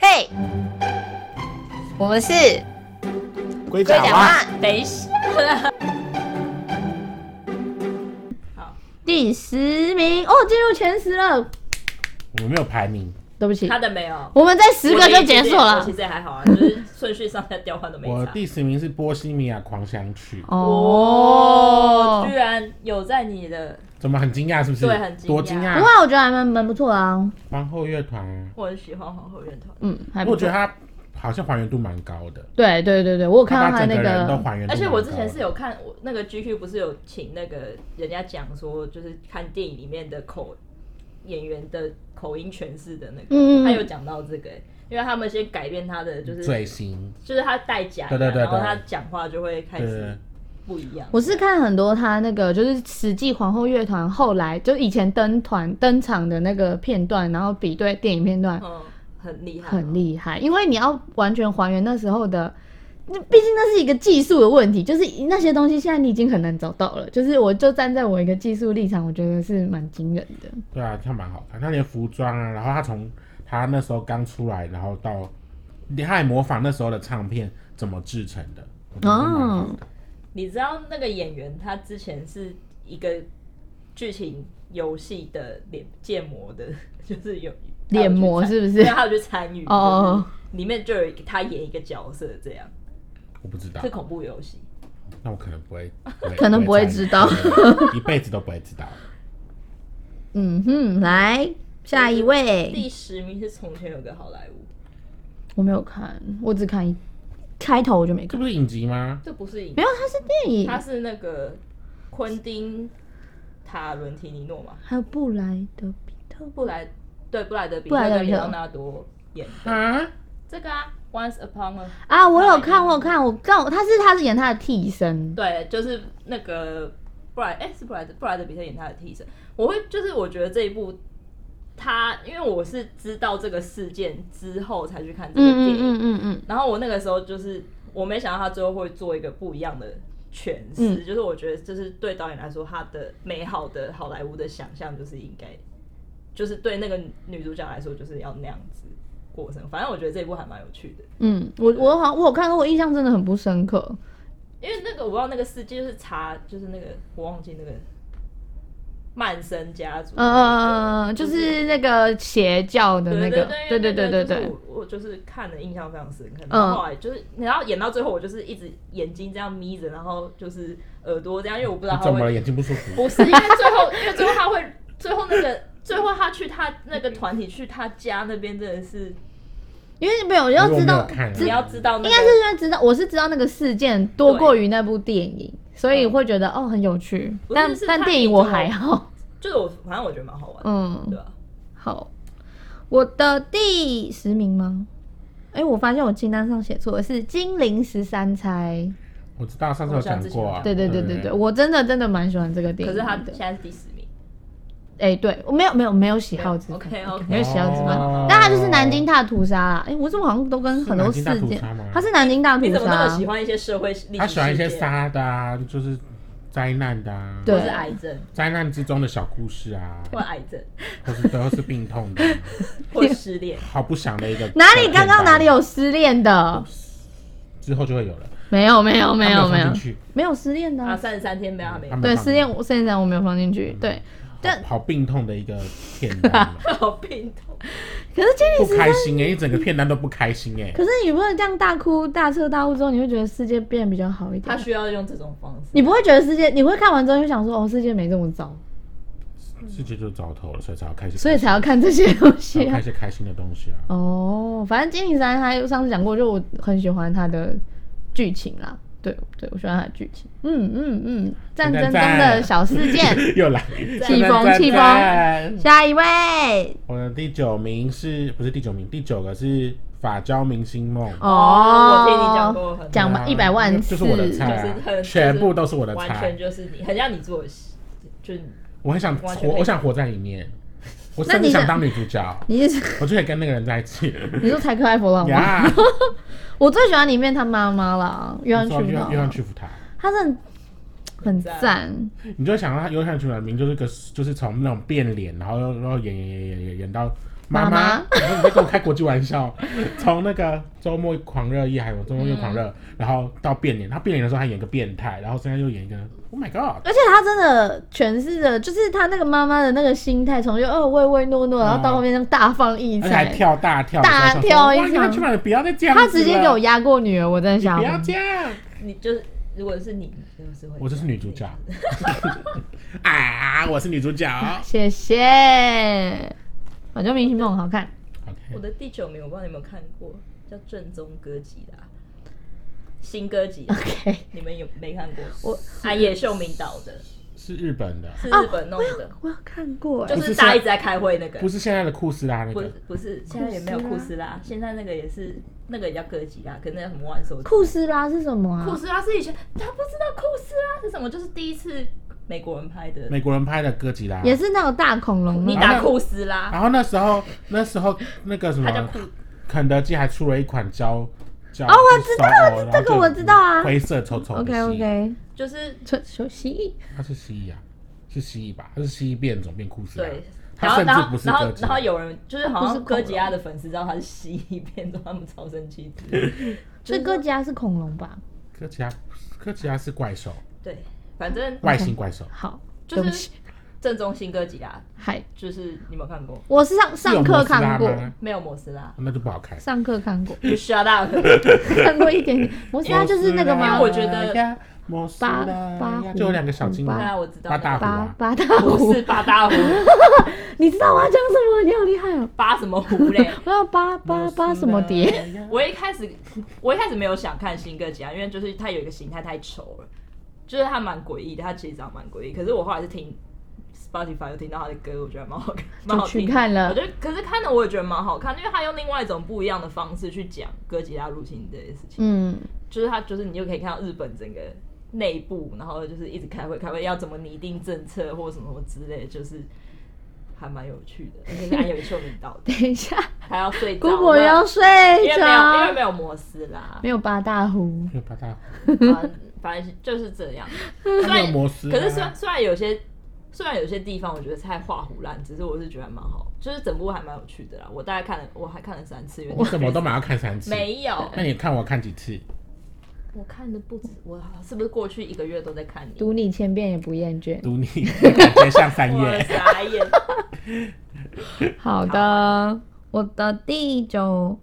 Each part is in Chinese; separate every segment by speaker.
Speaker 1: 对，我们是
Speaker 2: 龟
Speaker 1: 龟
Speaker 2: 甲
Speaker 1: 甲
Speaker 2: 蛙，
Speaker 1: 蛙
Speaker 3: 等一下。好，
Speaker 4: 第十名哦，进入前十了。
Speaker 2: 我们没有排名，
Speaker 4: 对不起
Speaker 3: 他，的没有，
Speaker 4: 我们在十个就结束
Speaker 3: 我
Speaker 4: 了
Speaker 3: 其。实也还好啊，就是顺序上下调换都没
Speaker 2: 我
Speaker 3: 差。
Speaker 2: 第十名是《波西米亚狂想曲》，
Speaker 3: 哦，
Speaker 4: 哦
Speaker 3: 居，然有在你的，
Speaker 2: 怎么很惊讶？是不是？
Speaker 3: 对很惊讶
Speaker 2: 多惊
Speaker 4: 不
Speaker 2: 讶
Speaker 4: 过！我觉得还蛮蛮不错的啊。
Speaker 2: 皇后乐团啊，
Speaker 3: 我很喜欢皇后乐团，
Speaker 4: 嗯，还不
Speaker 2: 我
Speaker 4: 错。
Speaker 2: 觉得它好像还原度蛮高的，
Speaker 4: 对对对对，我有看
Speaker 2: 它
Speaker 4: 到他
Speaker 2: 把整
Speaker 4: 那
Speaker 2: 个人都
Speaker 4: 个，
Speaker 2: 还原度蛮高的。
Speaker 3: 而且我之前是有看我那个 GQ 不是有请那个人家讲说，就是看电影里面的口演员的口音诠释的那个，
Speaker 4: 嗯
Speaker 3: 他有讲到这个、欸因为他们先改变他的就是
Speaker 2: 嘴型，
Speaker 3: 就是他戴假牙，
Speaker 2: 对对对对
Speaker 3: 然后他讲话就会开
Speaker 2: 对对
Speaker 3: 始
Speaker 2: 对
Speaker 3: 不一样。
Speaker 4: 我是看很多他那个就是史记皇后乐团后来就以前登团登场的那个片段，然后比对电影片段，
Speaker 3: 嗯，很厉害，
Speaker 4: 很厉害，因为你要完全还原那时候的。那毕竟那是一个技术的问题，就是那些东西现在你已经很难找到了。就是我就站在我一个技术立场，我觉得是蛮惊人的。
Speaker 2: 对啊，它蛮好看。它连服装啊，然后它从它那时候刚出来，然后到它还模仿那时候的唱片怎么制成的。我觉得蛮
Speaker 4: 哦
Speaker 2: 好的，
Speaker 3: 你知道那个演员他之前是一个剧情游戏的脸建模的， 就是有
Speaker 4: 脸模是不是
Speaker 3: 对，他有去参与
Speaker 4: 哦哦哦，
Speaker 3: 就是里面就有一个他演一个角色这样，
Speaker 2: 我不知道
Speaker 3: 是，恐怖游戏。
Speaker 2: 那我可能不会，不会
Speaker 4: 可能不会知道
Speaker 2: 不会参与 一辈子都不会知道。
Speaker 4: 嗯哼，来下一位，
Speaker 3: 第十名是从前有个好莱坞，
Speaker 4: 我没有看，我只看一开头我就没
Speaker 2: 这
Speaker 4: 看，
Speaker 2: 不是影集吗？
Speaker 3: 这不是影
Speaker 4: 没，有，它是电影，
Speaker 3: 他是那个昆汀塔伦提尼诺嘛，
Speaker 4: 还有布莱德比特，
Speaker 3: 布莱对布莱德比
Speaker 4: 布
Speaker 3: 特
Speaker 4: 莱德
Speaker 3: 跟
Speaker 4: 比
Speaker 3: 里
Speaker 4: 特
Speaker 3: 奥纳多演的
Speaker 2: 啊，
Speaker 3: 这个啊，Once Upon a
Speaker 4: 啊，我有看，我有看，我看我他是他是演他的替身，
Speaker 3: 对，就是那个布莱，哎、是布莱德布莱德比特演他的替身。我会就是我觉得这一部他，因为我是知道这个事件之后才去看这个电
Speaker 4: 嗯
Speaker 3: 影，
Speaker 4: 嗯嗯嗯
Speaker 3: 然后我那个时候就是我没想到他最后会做一个不一样的诠释，
Speaker 4: 嗯
Speaker 3: 就是我觉得就是对导演来说，他的美好的好莱坞的想象就是应该，就是对那个女主角来说就是要那样子过生活。反正我觉得这一部还蛮有趣的。
Speaker 4: 嗯嗯，我我好像我有看过，我印象真的很不深刻，
Speaker 3: 因为那个我不知道那个世界就是查，就是那个我忘记那个曼森家族、
Speaker 4: 嗯嗯
Speaker 3: 那
Speaker 4: 嗯
Speaker 3: 个
Speaker 4: 嗯，就是那个邪教的那
Speaker 3: 对
Speaker 4: 个，
Speaker 3: 对
Speaker 4: 对对对对嗯
Speaker 3: 就是
Speaker 4: 对，
Speaker 3: 我我就是看了印象非常深刻，然后后来就是然后演到最后，我就是一直眼睛这样眯着，然后就是耳朵这样，因为我不知道
Speaker 2: 你
Speaker 3: 他
Speaker 2: 怎么了？
Speaker 3: 会
Speaker 2: 眼睛不舒服？
Speaker 3: 不是因为最后因为最后他会最后那个最后他去他那个团体去他家那边真的是
Speaker 4: 因为没有要知
Speaker 2: 我
Speaker 4: 道
Speaker 2: 没有，看
Speaker 3: 你要知道
Speaker 4: 应
Speaker 3: 那个
Speaker 4: 该是因为知道我是知道那个事件多过于那部电影，所以会觉得哦很有趣，
Speaker 3: 不是
Speaker 4: 但
Speaker 3: 是
Speaker 4: 但
Speaker 3: 看
Speaker 4: 电影
Speaker 3: 你
Speaker 4: 我
Speaker 3: 怎么
Speaker 4: 还好，
Speaker 3: 就是我反正我觉得蛮好玩的，
Speaker 4: 嗯
Speaker 3: 对。吧、
Speaker 4: 好，我的第十名吗？哎、我发现我清单上写错了，是《精灵十三钗
Speaker 2: 我知道上次有讲过啊。》。
Speaker 4: 对对对对对，我真的真的蛮喜欢这个电
Speaker 3: 可
Speaker 4: 影
Speaker 3: 是
Speaker 4: 的。
Speaker 3: 他现在是第十名，
Speaker 4: 哎、对我没有没有没有喜好之分
Speaker 3: OK，OK
Speaker 4: 没有喜好之分。
Speaker 2: 哦
Speaker 4: 但他就是南京大屠杀啦。哎、我怎么好像都跟很多事
Speaker 2: 是南京大
Speaker 4: 件
Speaker 2: 屠杀吗，
Speaker 4: 他是南京大屠
Speaker 3: 你怎么那么
Speaker 4: 杀啊
Speaker 3: 喜，欢一些社会历史？
Speaker 2: 他喜欢一些，杀的啊，就是灾难的啊，
Speaker 4: 对
Speaker 3: 或是癌症，
Speaker 2: 灾难之中的小故事啊，
Speaker 3: 或癌 症，
Speaker 2: 或是都是病痛的，
Speaker 3: 或失恋。
Speaker 2: 好不祥的一个。
Speaker 4: 哪里刚刚哪里？有失恋的？
Speaker 2: 之后就会有了。
Speaker 4: 没有没有没有
Speaker 2: 他
Speaker 4: 没
Speaker 2: 没有
Speaker 4: 有
Speaker 2: 放进去
Speaker 4: 没有失恋的啊、
Speaker 3: 啊，三十三天没有，他没有
Speaker 2: 他，没
Speaker 4: 对
Speaker 2: 有放
Speaker 4: 失恋我现在我没有放进去。对，但
Speaker 2: 好好病痛的一个片单哦，
Speaker 3: 好病痛。
Speaker 4: 可是精灵
Speaker 2: 不
Speaker 4: 十三
Speaker 2: 开心哎、一整个片单都不开心哎、
Speaker 4: 可是你不会这样大哭大彻大悟之后，你会觉得世界变比较好一
Speaker 3: 他
Speaker 4: 点。啊
Speaker 3: 需要用这种方式。
Speaker 4: 你不会觉得世界，你会看完之后就想说，哦，世界没这么糟，
Speaker 2: 世界就糟透了，所以才要开始，
Speaker 4: 所以才要看这些东西
Speaker 2: 才要看
Speaker 4: 啊
Speaker 2: 一。些开心的东西啊。
Speaker 4: 哦，反正《金陵三》他上次讲过，就我很喜欢他的剧情啦。对对，我喜欢他的剧情。嗯嗯嗯，战争中的小事 件。
Speaker 2: 又来，
Speaker 4: 气疯气
Speaker 2: 疯。
Speaker 4: 下一位，
Speaker 2: 我的第九名是不是第九名？第九个是法交明星梦。
Speaker 4: 哦，
Speaker 3: 我听你讲过很多
Speaker 4: 讲
Speaker 2: 对啊
Speaker 4: 一百万次，
Speaker 2: 就是我的菜
Speaker 3: 就是
Speaker 2: 啊，
Speaker 3: 很
Speaker 2: 全部都是我的
Speaker 3: 完
Speaker 2: 菜
Speaker 3: 全。就是你，很像你做的事，就是
Speaker 2: 我很想
Speaker 3: 完全
Speaker 2: 活，
Speaker 3: 可以
Speaker 2: 我想活在里面，我
Speaker 4: 那
Speaker 2: 甚
Speaker 4: 你
Speaker 2: 至想
Speaker 4: 想
Speaker 2: 当女主角，
Speaker 4: 你是
Speaker 2: 我就可以跟那个人在一起。
Speaker 4: 你说柴可爱弗朗吗？
Speaker 2: 呀，
Speaker 4: 我最喜欢里面他妈妈啦，约翰
Speaker 2: 你
Speaker 4: 屈
Speaker 2: 说约约
Speaker 4: 服
Speaker 2: 翰，屈服他，
Speaker 4: 他真的很
Speaker 3: 赞
Speaker 4: 赞。
Speaker 2: 你就会想到他约翰屈服的名就是个，就是从那种变脸，然后又然后演演演演演演到妈
Speaker 4: 妈
Speaker 2: 妈，你在跟我开国际玩笑。从那个周末狂热夜，还有周末又狂热，然后到变脸，他变脸的时候还演个变态，然后现在又演一个，Oh my God！
Speaker 4: 而且他真的诠释的，就是他那个妈妈的那个心态，从就哦唯唯诺诺，然后到后面那个大放异
Speaker 2: 嗯而且还
Speaker 4: 彩，
Speaker 2: 跳大跳的时候，
Speaker 4: 大跳一
Speaker 2: 想说哇
Speaker 4: 场
Speaker 2: 你去吧，不要再这样子了，
Speaker 4: 他直接给我压过女儿，我真的想
Speaker 2: 不要这样，
Speaker 3: 你就是如果是你，你就是会
Speaker 2: 我就是
Speaker 3: 这样
Speaker 2: 女 主角啊，我是女主角。
Speaker 4: 谢谢。我觉得明星梦好看，
Speaker 3: 我
Speaker 2: OK，
Speaker 3: 的第九名，我不知道你有没有看过，叫正宗歌吉拉，新 歌吉拉
Speaker 4: OK
Speaker 3: 你们有没看过？啊
Speaker 4: 我啊
Speaker 3: 安野秀明导的，
Speaker 2: 是日本的，
Speaker 3: 是日本弄的，
Speaker 4: 我有看过哎、
Speaker 3: 就
Speaker 2: 不
Speaker 3: 是
Speaker 2: 是
Speaker 3: 大家
Speaker 2: 现
Speaker 3: 一直在开会那个
Speaker 2: 不，是现在的库斯拉那
Speaker 3: 不是
Speaker 2: 个，
Speaker 3: 不是，现在也没有库斯啊拉，现在那个也是那个也叫歌吉拉，啊可能叫什么万寿
Speaker 4: 哎库斯拉是什么啊？
Speaker 3: 库斯拉是以前他不知道库斯拉是什么，就是第一次美国人拍的，
Speaker 2: 美国人拍的哥吉拉。
Speaker 4: 也是那种大恐龙
Speaker 3: 你
Speaker 4: 吗？
Speaker 3: 打库斯拉，
Speaker 2: 然后那时候那时候那个什
Speaker 3: 他叫
Speaker 2: 么
Speaker 3: 库，
Speaker 2: 肯德基还出了一款胶胶
Speaker 4: 哦我知道
Speaker 2: 就是手偶
Speaker 4: 这个我知道啊
Speaker 2: 然后就灰色丑丑的
Speaker 4: OK
Speaker 2: 蜥蜴
Speaker 4: OK，
Speaker 3: 就是
Speaker 4: 休休息。
Speaker 2: 它是蜥蜴啊，是蜥蜴吧？它是蜥蜴变种变库斯拉。
Speaker 3: 对。
Speaker 2: 它
Speaker 3: 然后，
Speaker 2: 啊甚
Speaker 3: 然
Speaker 2: 至不
Speaker 3: 后，
Speaker 2: 是
Speaker 3: 然后
Speaker 2: 哥，吉
Speaker 3: 然后
Speaker 2: 拉。
Speaker 3: 有人就是好
Speaker 4: 不是恐龙
Speaker 3: 像哥吉拉的粉丝知道他是 蜥蜴变种，他们超生气。
Speaker 4: 所以哥吉拉是恐龙吧？
Speaker 2: 哥吉拉，哥吉拉是怪兽，
Speaker 3: 对，反正
Speaker 2: 外星怪兽。
Speaker 4: 好，
Speaker 3: 就
Speaker 4: 对不
Speaker 3: 是
Speaker 4: 起，
Speaker 3: 正宗新哥吉拉，
Speaker 4: 嗨，
Speaker 3: 啊就是你有没有看过？
Speaker 4: 我是上上课看过
Speaker 2: 是有摩斯拉，吗
Speaker 3: 没有摩斯拉
Speaker 2: 那就不好看。
Speaker 4: 上课看过，
Speaker 3: ，You shut up！
Speaker 4: 看过一点点。摩斯拉就是那个吗
Speaker 3: 因为？我觉得
Speaker 2: 呀摩斯拉呀
Speaker 4: 八八虎
Speaker 2: 就有两个小青
Speaker 3: 对
Speaker 2: 蛙，
Speaker 3: 啊，我知道
Speaker 2: 八
Speaker 3: 那
Speaker 2: 大虎
Speaker 3: 个。
Speaker 4: 八
Speaker 2: 啊，
Speaker 4: 八大
Speaker 3: 不
Speaker 4: 虎，
Speaker 3: 是八大虎，
Speaker 4: 你知道我要讲什么？你好厉害哦！
Speaker 3: 八什么虎嘞？
Speaker 4: 我要八八八什么蝶？
Speaker 3: 我一开始我一开始没有想看新哥吉拉，因为就是他有一个形态太丑了，就是他蛮诡异的，他其实长得蛮诡异。可是我后来是听 Spotify 有听到他的歌，我觉得蛮好看，蛮好听
Speaker 4: 去
Speaker 3: 的。
Speaker 4: 看了
Speaker 3: 我觉得可是看了我也觉得蛮好看，因为他用另外一种不一样的方式去讲哥吉拉入侵这件事情，
Speaker 4: 嗯，
Speaker 3: 就是他就是你就可以看到日本整个。内部，然后就是一直开会，开会要怎么拟定政策或什么什么之类的，就是还蛮有趣的，而且是安有秀明导的，
Speaker 4: 等一下，
Speaker 3: 还要睡着。
Speaker 4: 姑婆要睡
Speaker 3: 因为没有，因为
Speaker 4: 着
Speaker 3: 没，有摩斯啦
Speaker 4: 啊 没，有八大虎，
Speaker 2: 没有八大虎，
Speaker 3: 反反正就是 这样。虽
Speaker 2: 它没有
Speaker 3: 然
Speaker 2: 摩斯拉。啊
Speaker 3: 可是虽然虽然有些虽然有些地方我觉得太画虎烂，只是我是觉得还蛮好，就是整部还蛮有趣的啦。我大概看了，我还看了三次，因为
Speaker 2: 我什么都买要看三次，
Speaker 3: 没有，
Speaker 2: 那你看我看几次？
Speaker 3: 我看的不止，我是不是过去一个月都在看你？
Speaker 4: 读你千遍也不厌倦。
Speaker 2: 读 你感觉像三
Speaker 3: 我
Speaker 2: 月。
Speaker 3: 傻眼，
Speaker 4: 好的，我的第九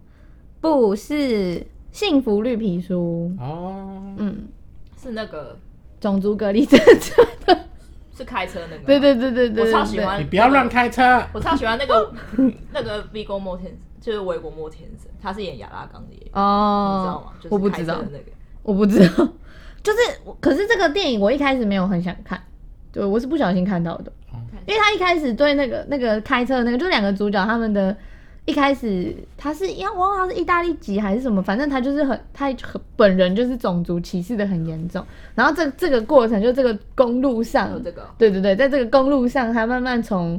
Speaker 4: 部是《幸福绿皮书》，
Speaker 2: 哦，
Speaker 4: 嗯，
Speaker 3: 是那个
Speaker 4: 种族隔离政策的，
Speaker 3: 是开车那个吗，
Speaker 4: 对对对对对，
Speaker 3: 我超喜欢
Speaker 2: 你不要乱开车。
Speaker 3: 我超喜欢那个那个 Vigo m o r t e n 就是维国莫天神，他是演亚拉冈的耶，你知道
Speaker 4: 哦
Speaker 3: 吗？就，是
Speaker 4: 我不
Speaker 3: 开
Speaker 4: 知
Speaker 3: 车
Speaker 4: 道
Speaker 3: 的，那个。
Speaker 4: 我不知道， 就是我，可是这个电影我一开始没有很想看，对我是不小心看到的，因为他一开始对那个那个开车的那个，就两个主角他们的。一开始他是，因为我忘了他是意大利籍还是什么，反正他就是很，他很本人就是种族歧视的很严重。然后这这个过程，就这个公路上
Speaker 3: 有，这个哦
Speaker 4: 对对对，在这个公路上，他慢慢从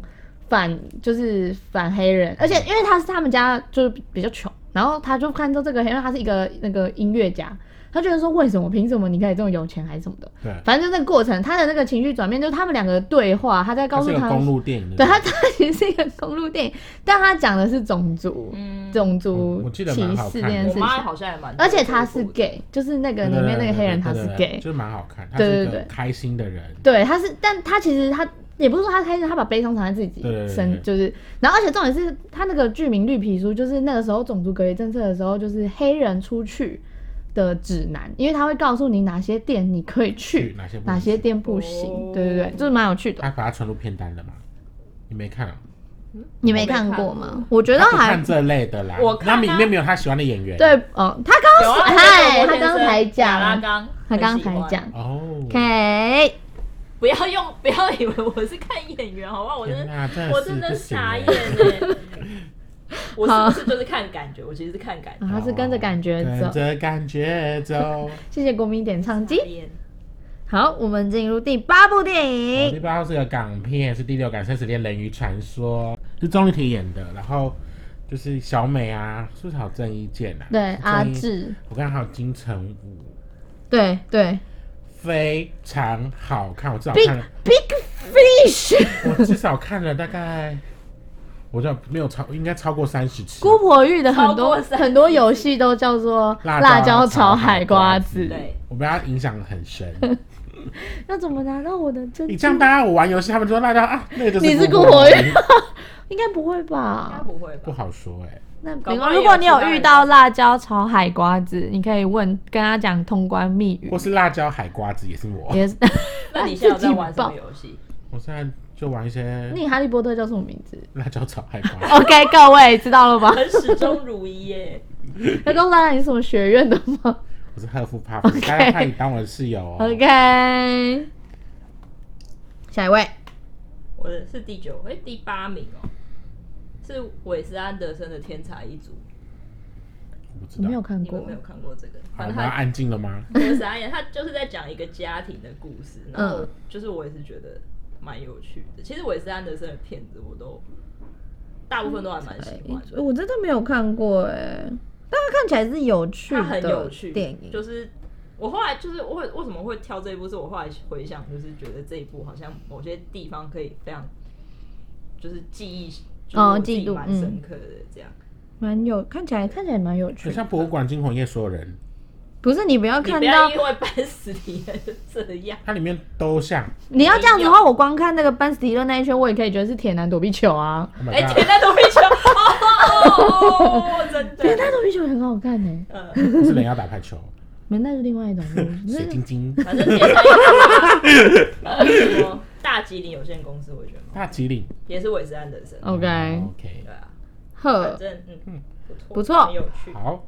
Speaker 4: 反就是反黑人，而且因为他是他们家就是比较穷，然后他就看到这个黑人，因为他是一个那个音乐家，他觉得说为什么凭什么你可以这么有钱还是什么的，
Speaker 2: 对，
Speaker 4: 反正就那个过程，他的那个情绪转变，就是他们两个的对话，他在告
Speaker 2: 它
Speaker 4: 诉
Speaker 2: 是个
Speaker 4: 他，
Speaker 2: 公路电影。
Speaker 4: 对
Speaker 2: 不
Speaker 4: 他他其实是一个公路电影，但他讲的是种族、
Speaker 3: 嗯，
Speaker 4: 种
Speaker 2: 嗯
Speaker 4: 族
Speaker 2: 我记
Speaker 4: 歧
Speaker 2: 得蛮好
Speaker 4: 视这
Speaker 2: 看的
Speaker 4: 件
Speaker 3: 我
Speaker 4: 事情，
Speaker 3: 妈好像也蛮，
Speaker 4: 而且他是 gay，就是那个
Speaker 2: 对
Speaker 4: 里
Speaker 2: 对
Speaker 4: 面那个
Speaker 2: 对
Speaker 4: 黑人
Speaker 2: 对
Speaker 4: 他
Speaker 2: 对
Speaker 4: 是
Speaker 2: 对
Speaker 4: gay，
Speaker 2: 就是蛮好看。他
Speaker 4: 对
Speaker 2: 是
Speaker 4: 对
Speaker 2: 一个
Speaker 4: 对
Speaker 2: 开心的人。
Speaker 4: 对，他是，但他其实他也不是说他开始，他把悲伤藏在自己
Speaker 2: 对对对
Speaker 4: 身，
Speaker 2: 对
Speaker 4: 就是，然后而且重点是他那个剧名《绿皮书》，就是那个时候种族隔离政策的时候，就是黑人出去的指南，因为他会告诉你哪些店你可以去，
Speaker 2: 哪些不
Speaker 4: 哪
Speaker 2: 能
Speaker 4: 些
Speaker 2: 去
Speaker 4: 店不行，
Speaker 3: 哦
Speaker 4: 对对对，就是蛮有趣的。
Speaker 2: 他把它传入片单了吗？你没看啊？
Speaker 4: 你没看过吗？我觉得
Speaker 2: 他不
Speaker 4: 还
Speaker 2: 看这类的啦。
Speaker 3: 我看啊
Speaker 2: 那里面没有他喜欢的演员。
Speaker 4: 对，哦，他
Speaker 3: 有
Speaker 4: 刚
Speaker 3: 啊，
Speaker 4: 嗨，他
Speaker 3: 那个郭先
Speaker 4: 刚
Speaker 3: 生
Speaker 4: 才
Speaker 3: 亚拉
Speaker 4: 讲，
Speaker 3: 冈，
Speaker 4: 他刚
Speaker 3: 很喜欢
Speaker 4: 才讲
Speaker 2: 哦。
Speaker 4: ，OK，
Speaker 3: 不要用，不要以为我是看演员，好不好？我真
Speaker 2: 天
Speaker 3: 的，
Speaker 2: 哪，真的
Speaker 3: 我
Speaker 2: 是
Speaker 3: 真
Speaker 2: 不
Speaker 3: 的
Speaker 2: 行
Speaker 3: 傻眼
Speaker 2: 欸
Speaker 3: 哎。我
Speaker 4: 好
Speaker 3: 是不是就是看感觉？我其实是看感觉
Speaker 4: 然。后是跟着感觉走
Speaker 2: 跟。着感觉走。
Speaker 4: 谢谢国民点唱
Speaker 3: 傻
Speaker 4: 机。
Speaker 3: 眼
Speaker 4: 好，我们进入第八部电
Speaker 2: 我
Speaker 4: 影。
Speaker 2: 第八号是个港片，是第六感生死恋人鱼传说，是钟丽缇演的，然后就是小美啊，是不是还有郑伊健啊？
Speaker 4: 对，
Speaker 2: 郑
Speaker 4: 阿
Speaker 2: 伊，
Speaker 4: 志，
Speaker 2: 我看还有金城武，
Speaker 4: 对对
Speaker 2: 非常好看，我至少
Speaker 4: ，Big
Speaker 2: 看了，
Speaker 4: Big Fish，
Speaker 2: 我至少看了大概我叫没有超，应该超过三十期。
Speaker 4: 姑婆玉的很
Speaker 3: 超
Speaker 4: 多
Speaker 3: 过三
Speaker 4: 很多游戏都叫做
Speaker 2: 辣
Speaker 4: 辣
Speaker 2: 椒
Speaker 4: 椒
Speaker 2: 炒
Speaker 4: 炒
Speaker 2: 海
Speaker 4: 海
Speaker 2: 瓜
Speaker 4: 瓜
Speaker 2: 子
Speaker 4: 子，
Speaker 3: 对，
Speaker 2: 我被他影响得很深。
Speaker 4: 那怎么拿到我的珍
Speaker 2: 你
Speaker 4: 珠
Speaker 2: 这？样大家我玩游戏，他们说辣椒啊，那个就是
Speaker 4: 你是
Speaker 2: 姑
Speaker 4: 姑婆
Speaker 2: 玉，
Speaker 4: 应该不会
Speaker 3: 应该
Speaker 4: 吧？
Speaker 3: 不会
Speaker 2: 不
Speaker 3: 吧？
Speaker 2: 好说哎、
Speaker 4: 那
Speaker 3: 搞
Speaker 4: 没
Speaker 3: 不
Speaker 4: 关
Speaker 3: 好
Speaker 4: 系。如
Speaker 3: 也有
Speaker 4: 果你有
Speaker 3: 其他
Speaker 4: 遇
Speaker 3: 人
Speaker 4: 到辣椒炒海瓜子，你可以问跟他讲通关密语
Speaker 2: 或，是辣椒海瓜子也是我。
Speaker 4: 也是。
Speaker 3: 那你现在有在玩什
Speaker 4: 自己
Speaker 3: 么
Speaker 4: 报
Speaker 3: 游戏？
Speaker 2: 我现在就玩一些
Speaker 4: 那你哦哈利波特叫什么名 字。
Speaker 2: 辣椒炒海瓜
Speaker 4: ？OK，各 位知道了吧？
Speaker 3: 很始终如一耶，
Speaker 4: 要告诉大家你是什么学院的吗
Speaker 2: 我是赫夫帕夫，大家快点当我的室友哦。
Speaker 4: ？OK，下一位，
Speaker 3: 我的是第九，哎，第八名哦，是韦斯安德森的《天才一族
Speaker 2: 我不知
Speaker 4: 我没有
Speaker 2: 道。
Speaker 4: 看》，
Speaker 3: 你
Speaker 4: 过
Speaker 3: 们没。有看过这个？
Speaker 2: 好，
Speaker 3: 反正
Speaker 2: 那
Speaker 3: 他
Speaker 2: 安静了吗？
Speaker 3: 很傻眼，他就是在讲一个家庭的故事，然
Speaker 4: 嗯
Speaker 3: 后就是我也是觉得蛮有趣的。其实韦斯安德森的片子我都大部分都还蛮喜欢的，
Speaker 4: 我真的没有看过哎、但它看起来是有趣
Speaker 3: 它
Speaker 4: 的
Speaker 3: 很有趣。
Speaker 4: 电影，
Speaker 3: 就是我后来就是我会为什么会挑这一部，是我后来回想，就是觉得这一部好像某些地方可以非常就是记忆，就是
Speaker 4: 哦
Speaker 3: 我自己
Speaker 4: 记录
Speaker 3: 蛮
Speaker 4: 嗯
Speaker 3: 深刻的这样。
Speaker 4: 蛮有看起来看起来蛮有趣
Speaker 2: 很
Speaker 4: 的。
Speaker 2: 像博物馆惊魂夜所有人，
Speaker 4: 不是你不要
Speaker 3: 你
Speaker 4: 看
Speaker 3: 不要
Speaker 4: 到
Speaker 3: 因为班死敌人就这样，
Speaker 2: 它里面都像。
Speaker 4: 你要这样子的话，我光看那个班斯迪勒那一圈，我也可以觉得是铁男躲避球啊。
Speaker 2: Oh my
Speaker 3: 哎，
Speaker 2: god，
Speaker 3: 铁蛋都被球，哦，哦真
Speaker 4: 铁男
Speaker 3: 的，
Speaker 4: 躲避球很好看呢、
Speaker 3: 嗯。
Speaker 2: 不是人要打排 球，
Speaker 4: 没那是另外一种故 事。
Speaker 2: 水晶晶。
Speaker 3: 反正天山 一
Speaker 4: 嗯
Speaker 3: 族啊大吉林有限公司，我觉得蛮
Speaker 2: 大吉岭。
Speaker 3: 也是韦斯安德森。
Speaker 4: OK，
Speaker 2: OK，
Speaker 3: 对啊，反
Speaker 4: 呵，
Speaker 3: 正嗯，不错，
Speaker 4: 不错
Speaker 3: 很有趣。
Speaker 2: 好，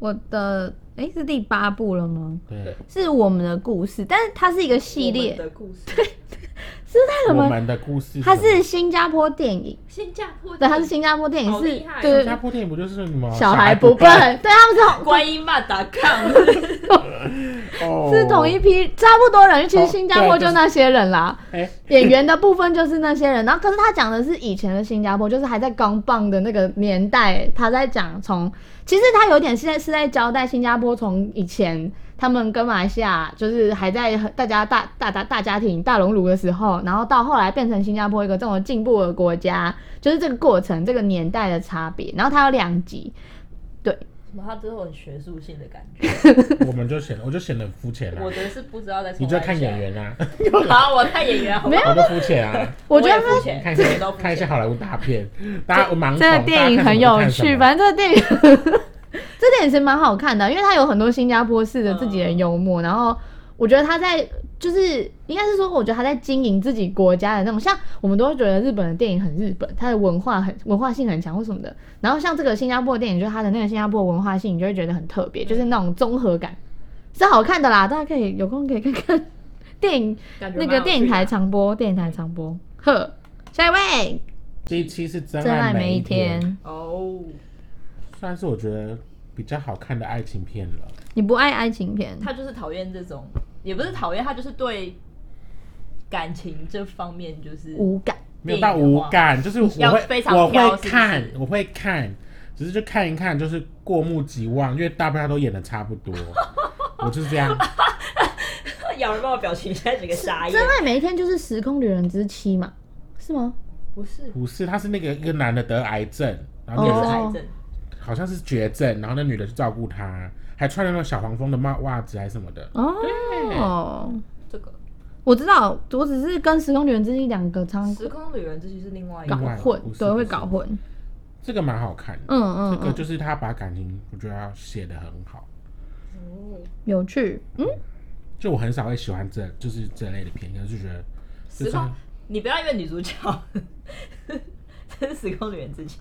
Speaker 4: 我的哎、是第八部了吗？
Speaker 2: 对，
Speaker 4: 是我们的故事，但是它是一个系
Speaker 3: 我们
Speaker 4: 列，
Speaker 3: 的故事，
Speaker 2: 我
Speaker 4: 什么
Speaker 2: 们的故事什么，
Speaker 4: 它是新加坡电影，
Speaker 3: 新加坡
Speaker 4: 对，它是新加坡电影，
Speaker 3: 好
Speaker 4: 是
Speaker 3: 厉害哦
Speaker 2: 新
Speaker 4: 对
Speaker 2: 加坡电影，不就是什么
Speaker 4: 小孩不笨，对，他们是好
Speaker 3: 观音曼达 康，对
Speaker 2: 哦
Speaker 4: 是同一批，差不多人，其实新加坡就那些人啦。
Speaker 2: 哎，
Speaker 4: 演员的部分就是那些人，然后可是他讲的是以前的新加坡，就是还在钢棒的那个年代，他在讲从，其实他有点现在是在交代新加坡从以前他们跟马来西亚就是还在很大家大大大大家庭大熔炉的时候，然后到后来变成新加坡一个这种进步的国家，就是这个过程这个年代的差别。然后它有两集，
Speaker 3: 什么？他都有很学术性的感
Speaker 2: 啊
Speaker 3: 觉。
Speaker 2: 我们就显，我就显得很肤浅了。
Speaker 3: 我的是不知道在
Speaker 2: 你就看演员啊，
Speaker 3: 员，好，我看演员，好不好
Speaker 2: 我就肤浅啊。
Speaker 4: 我觉得
Speaker 3: 也肤浅
Speaker 2: 看一
Speaker 3: 这个
Speaker 2: 下
Speaker 3: 都肤
Speaker 2: 看一下
Speaker 3: 浅。
Speaker 2: 好莱坞大片，大家我盲从
Speaker 4: 这个电影很有趣，
Speaker 2: 吧？
Speaker 4: 反正这个电 影，这电影是蛮好看的，因为它有很多新加坡式的自己的幽默，然后我觉得他在就是应该是说，我觉得他在经营自己国家的那种，像我们都会觉得日本的电影很日本，它的文化很文化性很强或什么的，然后像这个新加坡的电影，就是它的那个新加坡文化性，你就会觉得很特别，就是那种综合感是好看的啦，大家嗯可以有空可以看看电影
Speaker 3: 感觉
Speaker 4: 那
Speaker 3: 蛮有趣的
Speaker 4: 个电影台长播，电影台长播，呵，下一位，
Speaker 2: 这一期是真
Speaker 4: 真爱每
Speaker 2: 每
Speaker 4: 一
Speaker 2: 天，
Speaker 4: 天。
Speaker 3: 哦，
Speaker 2: 算是我觉得比较好看的爱情片了。
Speaker 4: 你不爱爱情片，
Speaker 3: 他就是讨厌这种，也不是讨厌，他就是对感情这方面就是
Speaker 4: 无感。
Speaker 2: 没有到无感，就是我
Speaker 3: 要
Speaker 2: 会
Speaker 3: 非常
Speaker 2: 我
Speaker 3: 挑
Speaker 2: 会
Speaker 3: 是不是
Speaker 2: 看我会看，只是就看一看，就是过目即忘，因为大部分都演的差不 多，我就是这样。
Speaker 3: 咬人豹的表情现在整个傻眼
Speaker 4: 真。爱每一天就是《时空旅人之妻》嘛，是吗？
Speaker 3: 不是，
Speaker 2: 不是，他是那个一个男的得癌症，然后
Speaker 4: 哦
Speaker 2: 那
Speaker 3: 也
Speaker 2: 个
Speaker 3: 是
Speaker 2: 人
Speaker 3: 癌症。
Speaker 2: 好像是绝症，然后那女的去照顾他，还穿那种小黄蜂的袜袜子还是什么的。
Speaker 4: 哦，
Speaker 3: 这个
Speaker 4: 我知道，我只是跟《时空旅人之妻》两个常
Speaker 3: 时空旅人这就是另外一
Speaker 4: 搞
Speaker 3: 个，
Speaker 4: 混
Speaker 2: 不，是
Speaker 4: 对，
Speaker 2: 不
Speaker 4: 会
Speaker 2: 是
Speaker 4: 搞混。
Speaker 2: 这个蛮好看的，
Speaker 4: 嗯嗯
Speaker 2: 这个
Speaker 4: 嗯，
Speaker 2: 就是他把感情我觉得写的很好，
Speaker 4: 有趣。嗯，
Speaker 2: 就我很少会喜欢这就是这类的片，可是就觉得就
Speaker 3: 时
Speaker 2: 是
Speaker 3: 空你不要因为女主角， 这是时空旅人自己。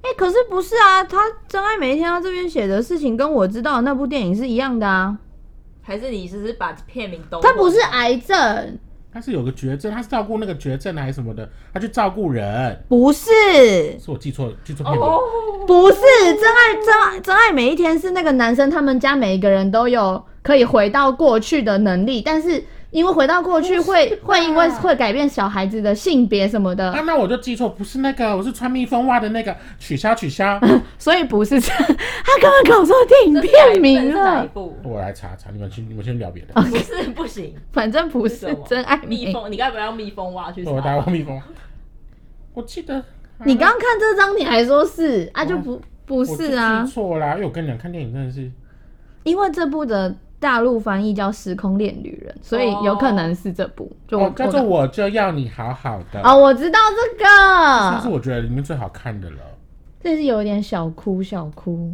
Speaker 4: 哎，可是不是啊？他《真爱每一天》他这边写的事情跟我知道的那部电影是一样的啊。
Speaker 3: 还是你只是把片名都
Speaker 4: 他不是癌症，
Speaker 2: 他是有个绝症，他是照顾那个绝症啊还是什么的，他去照顾人。
Speaker 4: 不是，
Speaker 2: 是我记错记错片名。
Speaker 3: 哦，
Speaker 4: 不是《真爱真爱真爱每一天》是那个男生他们家每一个人都有可以回到过去的能力，但是因为回到过去会会因为会改变小孩子的性别什么
Speaker 2: 啊，
Speaker 4: 的，
Speaker 2: 那我就记错，不是那个，我是穿蜜蜂袜的那个，取消 取消。
Speaker 4: 所以不是这样。他根本搞错电影片名啊
Speaker 3: 这是哪一
Speaker 4: 了，
Speaker 3: 部？
Speaker 2: 我来查查，你们去，你们先聊别的。
Speaker 4: 哦
Speaker 3: 不是不行，
Speaker 4: 反正不是
Speaker 3: 什么
Speaker 4: 《真爱每
Speaker 3: 蜜蜂，你该不要蜜蜂蛙去
Speaker 2: 我打
Speaker 3: 查
Speaker 2: 过蜜蜂，我记得啊，
Speaker 4: 你刚刚看这张，你还说是啊，就不不
Speaker 2: 不
Speaker 4: 是啊，
Speaker 2: 错啦，因为我跟你讲，看电影真的是
Speaker 4: 因为这部的大陆翻译叫《时空恋旅人》，所以有可能是这部。就我
Speaker 2: 哦，叫做
Speaker 4: 我
Speaker 2: 我就要你好好的
Speaker 4: 哦，，我知道这
Speaker 2: 这是
Speaker 4: 个，
Speaker 2: 我觉得里面最好看的了。
Speaker 4: 这是有点小哭小哭，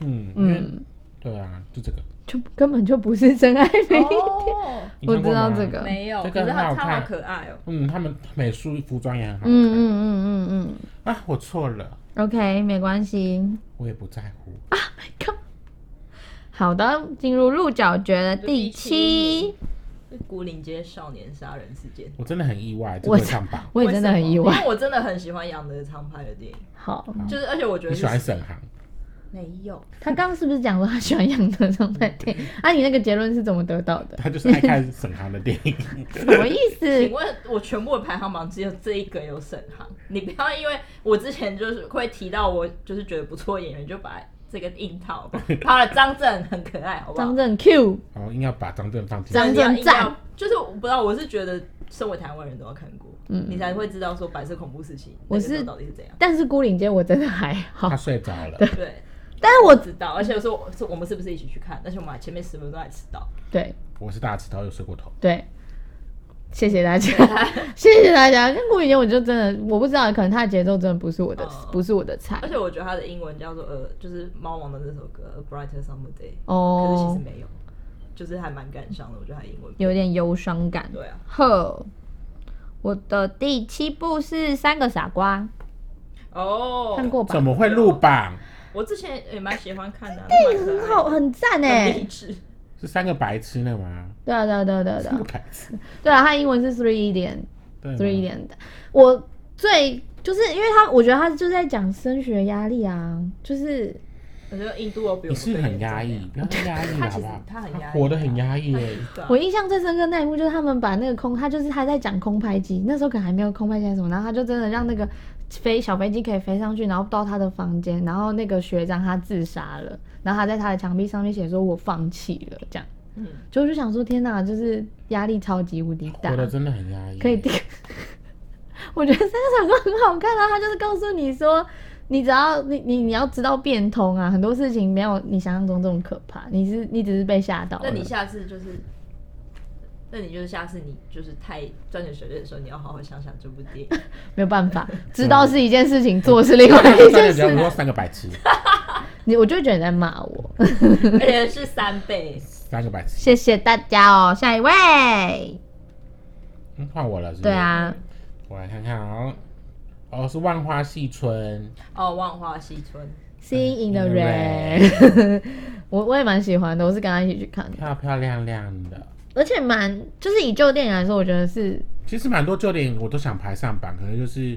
Speaker 2: 嗯，因为
Speaker 4: 嗯，
Speaker 2: 对啊，就这个，
Speaker 4: 就根本就不是真爱每一天。
Speaker 3: 哦，
Speaker 2: 你
Speaker 4: 我
Speaker 2: 看过
Speaker 4: 知道
Speaker 2: 吗
Speaker 4: 这个，嗯
Speaker 3: 没有，
Speaker 2: 这
Speaker 3: 可
Speaker 2: 个
Speaker 3: 是
Speaker 2: 很
Speaker 3: 他
Speaker 2: 好
Speaker 3: 他好
Speaker 2: 看
Speaker 3: 可爱哦。
Speaker 2: 嗯，他们美术服装也很好 看。
Speaker 4: 嗯嗯嗯
Speaker 2: 啊，我错了，
Speaker 4: 嗯，OK，没关系。
Speaker 2: 我也不在乎。
Speaker 4: 好的，进入鹿角蕨的第七，
Speaker 3: 是古岭街少年杀人事件，
Speaker 2: 我真的很意外，这
Speaker 4: 我
Speaker 2: 个上 榜。
Speaker 4: 我也真的很意
Speaker 3: 为什么
Speaker 4: 外。
Speaker 3: 因为我真的很喜欢杨德昌拍的电影，
Speaker 4: 好，
Speaker 3: 就是而且我觉
Speaker 2: 你
Speaker 3: 得
Speaker 2: 喜
Speaker 3: 是
Speaker 2: 欢沈航？
Speaker 3: 没有，
Speaker 4: 他刚刚是不是讲说他喜欢杨德昌拍电
Speaker 3: 嗯
Speaker 4: 影？啊，你那个结论是怎么得到的？
Speaker 2: 他就是爱看沈航的电影。
Speaker 4: 什么意
Speaker 3: 请
Speaker 4: 思？
Speaker 3: 问我全部的排行榜只有这一个有沈航，你不要因为我之前就是会提到我就是觉得不错的演员，就把这个硬套好不好。好了，张震很可爱，好不 好
Speaker 4: 张？震 Q
Speaker 2: 然后哦硬要把张震放进
Speaker 4: 张
Speaker 2: 来。
Speaker 4: 震
Speaker 3: 你要硬
Speaker 4: 赞
Speaker 3: 要，就是我不知道，我是觉得身为台湾人都要看过，你才会知道说白色恐怖时期
Speaker 4: 嗯我
Speaker 3: 那个时候
Speaker 4: 是
Speaker 3: 到底是怎样。
Speaker 4: 但是孤岭街我真的还
Speaker 2: 他
Speaker 3: 啊
Speaker 4: 好，
Speaker 2: 睡着了。
Speaker 3: 对，
Speaker 4: 但是我
Speaker 3: 知道，而且我说我说我们是不是一起去看？但是我们还前面十分钟还迟到，
Speaker 4: 对
Speaker 2: 我是大石头，有睡过头。
Speaker 4: 对，谢谢大家， 谢谢大家。那孤岭街我就真的我不知道，可能他的节奏真的不是我的，
Speaker 3: 哦
Speaker 4: 不是我的菜
Speaker 3: 而且我觉得他的英文叫做呃，就是猫王的那首歌《A Brighter Summer Day》，可是其
Speaker 4: 哦
Speaker 3: 实，没有，就是还蛮感伤的。我觉得他的英文
Speaker 4: 有点忧伤感。
Speaker 3: 对啊，
Speaker 4: 呵，我的第七部是《三个傻瓜》，
Speaker 3: 哦，
Speaker 4: 看过吧
Speaker 2: 怎？么会入榜？
Speaker 3: 我之前也蛮喜欢看的、啊，
Speaker 4: 很
Speaker 3: 很
Speaker 4: 好，很赞哎、
Speaker 3: 很励志。
Speaker 2: 是三个白痴那吗？
Speaker 4: 对啊，对啊，对啊，对啊，对
Speaker 2: 三个
Speaker 4: 啊，
Speaker 2: 白痴。
Speaker 4: 对啊，他英文是 three 点
Speaker 2: 对啊吗
Speaker 4: three 点的。我最就是因为他，我觉得他就是在讲升学压力啊，就是
Speaker 3: 我觉得印度哦
Speaker 2: 你
Speaker 3: 比我们
Speaker 2: 是
Speaker 3: 更
Speaker 2: 很
Speaker 3: 严重
Speaker 2: 压
Speaker 3: 欸
Speaker 2: 抑，不要再压抑
Speaker 3: 他
Speaker 2: 了，
Speaker 3: 其
Speaker 2: 好
Speaker 3: 实
Speaker 2: 不好？
Speaker 3: 他很压抑啊
Speaker 2: 活得很压抑
Speaker 3: 他
Speaker 2: 耶。
Speaker 3: 对啊
Speaker 4: 我印象最深刻那一幕，就是他们把那个空，他就是他在讲空拍机，那时候可能还没有空拍机还是什么，然后他就真的让那个飞小飞机可以飞上去，然后到他的房间，然后那个学长他自杀了，然后他在他的墙壁上面写说“我放弃了”这样，
Speaker 3: 嗯，
Speaker 4: 就我就想说天哪，就是压力超级无敌大，
Speaker 2: 活得真的很压抑。
Speaker 4: 啊可以定。 我觉得三个傻瓜很好看啊，他就是告诉你说，你只要你你你要知道变通啊，很多事情没有你想象中这么可怕，你是你只是被吓到了。
Speaker 3: 那你下次就是，那你就是下次你就是太钻牛角尖的时候，你要好好想想这部 电影。
Speaker 4: 没有办
Speaker 3: 嗯
Speaker 4: 法，知道是一件事情，做是另外一
Speaker 2: 三
Speaker 4: 件
Speaker 2: 个比较
Speaker 4: 事。
Speaker 2: 多，三个白痴，
Speaker 4: 你我就觉得你在骂我。
Speaker 3: 而且是三倍。
Speaker 2: 三个白痴。
Speaker 4: 谢谢大家哦，下一位。
Speaker 2: 嗯，换我了，是不是
Speaker 4: 对，啊，
Speaker 3: 嗯
Speaker 2: 我来看看啊。哦，是万花细春，
Speaker 3: 哦，万花西村，
Speaker 4: 吸引的
Speaker 2: In the
Speaker 3: 嗯
Speaker 4: 人， 我我也蛮喜欢的，我是跟他一起去看的，
Speaker 2: 漂漂亮亮的。
Speaker 4: 而且蛮就是以旧电影来说，我觉得是
Speaker 2: 其实蛮多旧电影我都想排上榜，可能就是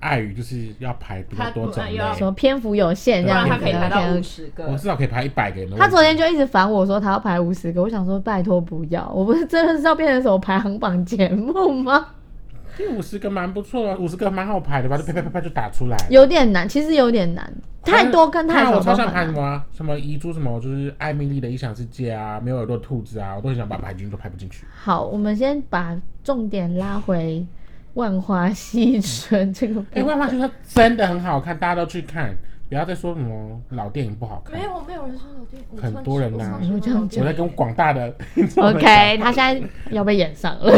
Speaker 2: 碍于就是要排比较多种类，
Speaker 3: 他不哎
Speaker 4: 什么篇幅有限这
Speaker 3: 不
Speaker 4: 样子，
Speaker 3: 然他可以排到
Speaker 4: 然后
Speaker 3: 五十个
Speaker 2: 我。至少可以排一百个。有没有
Speaker 4: 他昨天
Speaker 2: 问题
Speaker 4: 就一直烦我说他要排五十个，我想说拜托不要，我不是真的是要变成什么排行榜节目吗？
Speaker 2: 第哎五十个蛮不错啊，五十个蛮好排的吧？就啪啪啪啪就打出来。
Speaker 4: 有点难，其实有点难，太多跟太
Speaker 2: 还有
Speaker 4: 少
Speaker 2: 我超
Speaker 4: 都
Speaker 2: 想
Speaker 4: 很
Speaker 2: 排什
Speaker 4: 难。
Speaker 2: 么啊，什么遗珠什么，就是艾米丽的异想世界啊，没有耳朵的兔子啊，我都很想把排进去，都排不进去。
Speaker 4: 好，我们先把重点拉回万花西春这个
Speaker 2: 哎、
Speaker 4: 部
Speaker 2: 万花就说真的很好看，大家都去看，不要再说什么老电影不好看
Speaker 3: 没。有，没有人说老电影，
Speaker 2: 很多人呐
Speaker 4: 你会这样讲
Speaker 2: 我在跟广大的听众 们
Speaker 4: OK，他现在要被演上 了。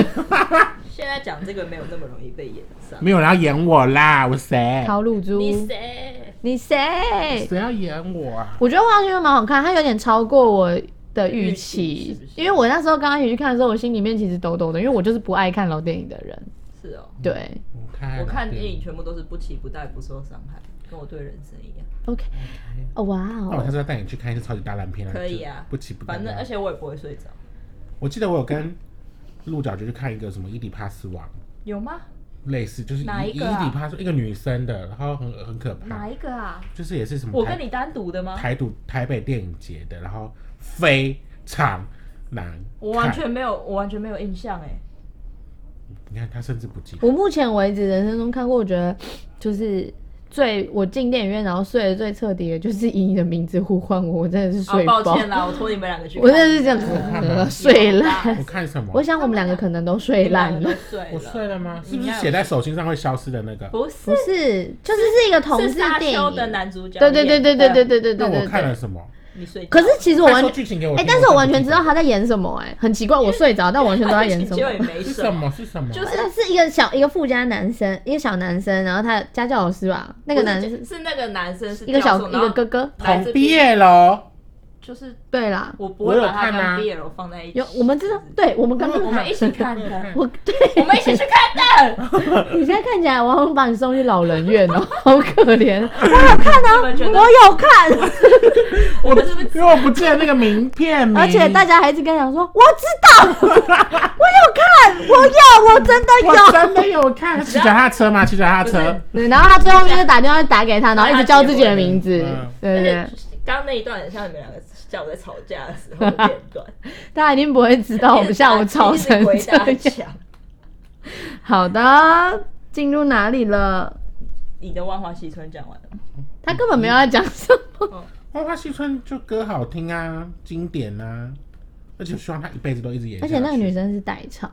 Speaker 3: 现在讲这个没有那么容易被演上
Speaker 2: 讲。没有人要演我啦，我谁？
Speaker 4: 烤乳猪，
Speaker 3: 你谁？
Speaker 4: 你谁？
Speaker 2: 谁要演我啊？
Speaker 4: 我觉得《万花西春》蛮好看，它有点超过我的预
Speaker 3: 预期
Speaker 4: 期
Speaker 3: 是不，是
Speaker 4: 因为我那时候刚刚一起去看的时候，我心里面其实抖抖的，因为我就是不爱看老电影的人。
Speaker 3: 是哦，
Speaker 4: 对
Speaker 2: 我看
Speaker 3: 我看电影全部都是不期不待、不受伤害，跟我对人生一样。
Speaker 4: ，OK，哦哇
Speaker 2: 那我下
Speaker 4: 哦，
Speaker 2: 次要带你去看一些超级大烂片啊！
Speaker 3: 可以啊
Speaker 2: 就不急不
Speaker 3: 反正，而
Speaker 2: 且
Speaker 3: 且我也不会睡着。
Speaker 2: 我记得我有跟鹿角就去看一个什么伊底帕斯王，
Speaker 3: 有吗？
Speaker 2: 类似就是
Speaker 3: 哪
Speaker 2: 伊
Speaker 3: 一个啊
Speaker 2: 伊底帕斯一个女生的，然后很很可怕，
Speaker 3: 一个啊？
Speaker 2: 就是也是什么
Speaker 3: 我
Speaker 2: 嗯台
Speaker 3: 跟你单独的吗？
Speaker 2: 台独台北电影节的，然后非常难看。
Speaker 3: 我完全没有，我完全没有印象哎。
Speaker 2: 你看他甚至不记得。
Speaker 4: 我目前为止人生中看过，我觉得就是最我进电影院然后睡得最彻底的就是以你的名字呼唤我，我真的是
Speaker 3: 好
Speaker 4: 睡
Speaker 3: 抱
Speaker 4: 爆，
Speaker 3: 歉啦，我拖你们两个去看。
Speaker 4: 我真的是这样子
Speaker 2: 看
Speaker 4: 呃 睡烂。
Speaker 2: 我看什么？
Speaker 4: 我想我们两个可能都睡
Speaker 3: 你们两
Speaker 4: 烂
Speaker 3: 个
Speaker 4: 了
Speaker 3: 都，睡
Speaker 2: 我
Speaker 3: 了，
Speaker 2: 睡了吗？是
Speaker 3: 你
Speaker 2: 不
Speaker 3: 应
Speaker 2: 是
Speaker 3: 该
Speaker 2: 写在手心上会消失的那个？
Speaker 3: 不是
Speaker 4: 不是，就是是一个同
Speaker 3: 是
Speaker 4: 事
Speaker 3: 沙
Speaker 4: 电
Speaker 3: 丘的
Speaker 4: 影。
Speaker 3: 男主角
Speaker 4: 对
Speaker 3: 演的。
Speaker 4: 对对对对对对对
Speaker 2: 那
Speaker 4: 对
Speaker 2: 我
Speaker 4: 对
Speaker 2: 看了
Speaker 4: 对。
Speaker 2: 什么？
Speaker 3: 你睡觉。
Speaker 4: 可是其实我
Speaker 2: 快
Speaker 4: 完
Speaker 2: 说
Speaker 4: 全
Speaker 2: 剧情给我
Speaker 4: 哎、
Speaker 2: 听。
Speaker 4: 但是我完全知道
Speaker 2: 他
Speaker 4: 他在演什么、哎，很奇怪，我睡着，但我完全不知道他演什
Speaker 3: 结果也
Speaker 4: 么。
Speaker 3: 没
Speaker 2: 是
Speaker 3: 什
Speaker 2: 什
Speaker 3: 么。
Speaker 2: 么是什么，
Speaker 3: 就是
Speaker 4: 他是一个小一个富家男生，一个小男生，然后他的家教老师吧， 那个
Speaker 3: 不是
Speaker 4: 男
Speaker 3: 是是那个男生是
Speaker 4: 一个小
Speaker 3: 教授
Speaker 4: 一个，哥哥。
Speaker 3: 然后来自
Speaker 2: 同毕业 了。
Speaker 3: 就是
Speaker 4: 对啦，
Speaker 3: 我不
Speaker 2: 我
Speaker 3: 会
Speaker 2: 有
Speaker 3: 把他
Speaker 2: 看啊
Speaker 3: 跟 BL 放在一起。
Speaker 4: 有我们知道，对我们刚刚
Speaker 3: 我们一起看的，
Speaker 4: 我对
Speaker 3: 我们一起去 看的。
Speaker 4: 你现在看起来，我好像把你送去老人院哦， 好可怜。我有看
Speaker 3: 你
Speaker 4: 啊，
Speaker 3: 们觉得
Speaker 4: 我有看，
Speaker 2: 我
Speaker 3: 们是不是
Speaker 2: 因为我不记得那个名片名，
Speaker 4: 而且大家还一直跟我讲说，我知道， 我有看，我有，我真的
Speaker 2: 我
Speaker 4: 有。
Speaker 2: 真的有 看骑脚踏车嘛，骑脚踏车。
Speaker 4: 对，然后他最后就是打电话打给他，然后一直叫自己的名字
Speaker 2: 嗯，
Speaker 4: 对对对
Speaker 3: 而，且刚刚那一段很像你们两个下午在吵架的时候的片 段。
Speaker 4: 大家一定不会知道我们下午吵成
Speaker 3: 一直
Speaker 4: 这
Speaker 3: 鬼打
Speaker 4: 样。
Speaker 3: 墙。
Speaker 4: 好的，进入哪里了？
Speaker 3: 你的万花西村讲完了吗，
Speaker 4: 他根本没有要讲什么。
Speaker 2: 花花西村就歌好听啊，经典啊，而且希望他一辈子都一直演。
Speaker 4: 而且那个女，生是代唱，